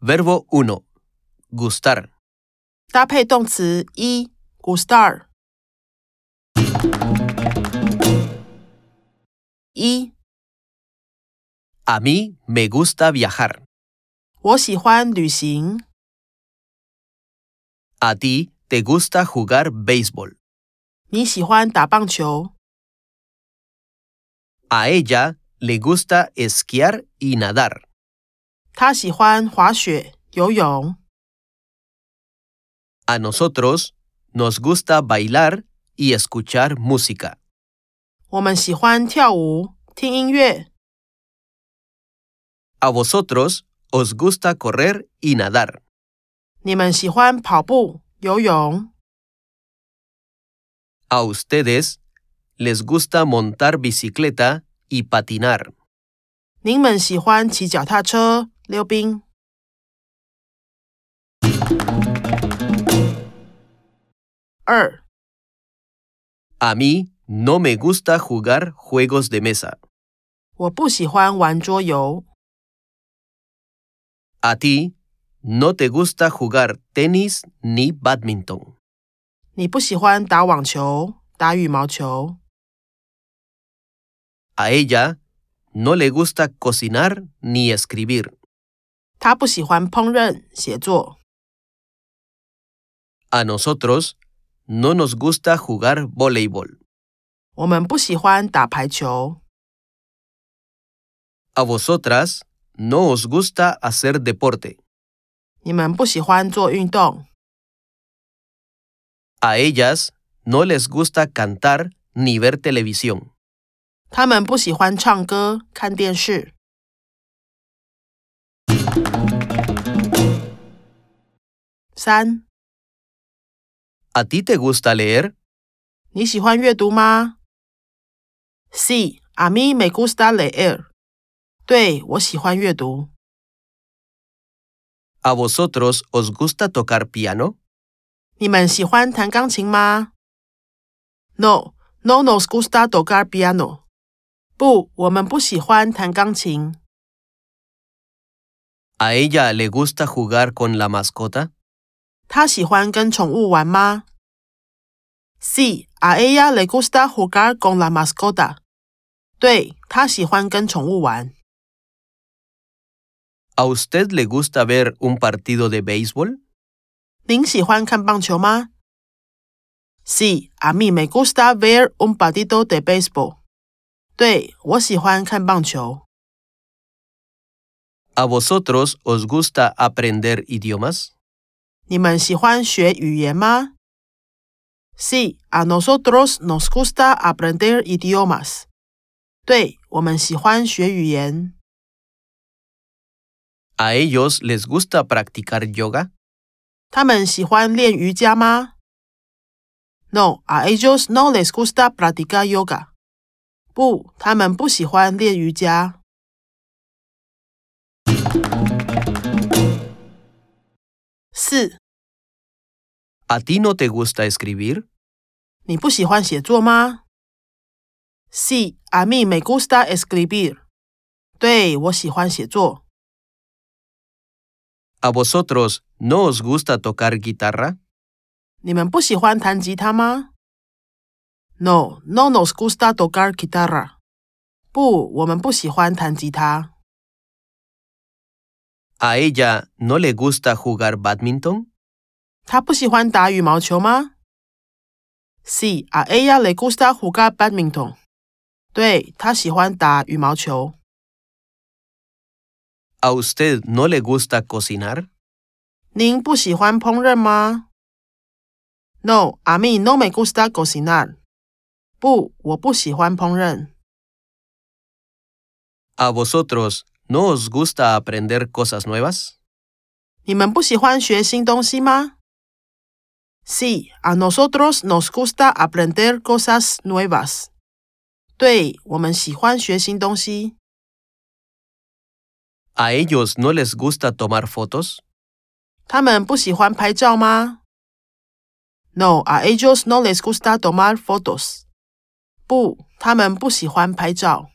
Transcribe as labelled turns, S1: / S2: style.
S1: Verbo 1. Gustar.
S2: 搭配动词一 gustar。一，
S1: A mí me gusta viajar.
S2: 我喜欢旅行。
S1: A ti te gusta jugar béisbol.
S2: 你喜欢打棒球，
S1: A ella le gusta esquiar y nadar.
S2: 他喜欢滑雪、游泳。
S1: A nosotros nos gusta bailar y escuchar música.
S2: 我们喜欢跳舞、听音乐。
S1: A vosotros os gusta correr y nadar.
S2: 你们喜欢跑步、游泳。
S1: A ustedes les gusta montar bicicleta y patinar.
S2: 您们喜欢骑脚踏车、溜冰。二，
S1: A mí no me gusta jugar juegos de mesa.
S2: 我不喜欢玩桌游。
S1: A ti no te gusta jugar tenis ni badminton.
S2: 你不喜欢打网球、打羽毛球。
S1: A ella no le gusta cocinar ni escribir.
S2: 他不喜欢烹饪、写作。
S1: A nosotros no nos gusta jugar voleibol.
S2: 我们不喜欢打排球。
S1: A vosotras no os gusta hacer deporte.
S2: 你们不喜欢做运动。
S1: A ellas no les gusta cantar ni ver televisión.
S2: 他们不喜欢唱歌、看电视。三，
S1: ¿A ti te gusta leer?
S2: 你喜欢阅读吗？C. A mí me gusta leer。对，我喜欢阅读。
S1: ¿A vosotros os gusta tocar piano?
S2: 你们喜欢弹钢琴吗？No, no nos gusta tocar piano。不，我们不喜欢弹钢琴。
S1: ¿A ella le gusta jugar con la mascota?
S2: 他喜欢跟宠物玩吗？Sí, a ella le gusta jugar con la mascota。对，他喜欢跟宠物玩。
S1: ¿A usted le gusta ver un partido de béisbol?
S2: 您喜欢看棒球吗？Sí, a mí me gusta ver un partido de béisbol。对，我喜欢看棒球。
S1: ¿A vosotros os gusta aprender idiomas?
S2: 你们喜欢学语言吗？Sí, a nosotros nos gusta aprender idiomas。对，我们喜欢学语言。
S1: ¿A ellos les gusta practicar yoga?
S2: 他们喜欢练瑜伽吗？No, a ellos no les gusta practicar yoga。不，他们不喜欢练瑜伽。四，
S1: ¿A ti no te gusta escribir?
S2: 你不喜欢写作吗？Sí, a mí me gusta escribir。对，我喜欢写作。
S1: ¿A vosotros no os gusta tocar guitarra?
S2: 你们不喜欢弹吉他吗？No, no nos gusta tocar guitarra。不，我们不喜欢弹吉他。
S1: ¿A ella no le gusta jugar badminton?
S2: 他不喜欢打羽毛球吗？Sí, a ella le gusta jugar badminton。对，他喜欢打羽毛球。
S1: ¿A usted no le gusta cocinar?
S2: 您不喜欢烹饪吗？No, a mí no me gusta cocinar。不，我不喜欢烹饪。
S1: ¿A vosotros no os gusta aprender cosas nuevas?
S2: 你们不喜欢学新东西吗？Sí, a nosotros nos gusta aprender cosas nuevas。对，我们喜欢学新东西。
S1: ¿A ellos no les gusta tomar fotos?
S2: 他们不喜欢拍照吗？No, a ellos no les gusta tomar fotos。不，他们不喜欢拍照。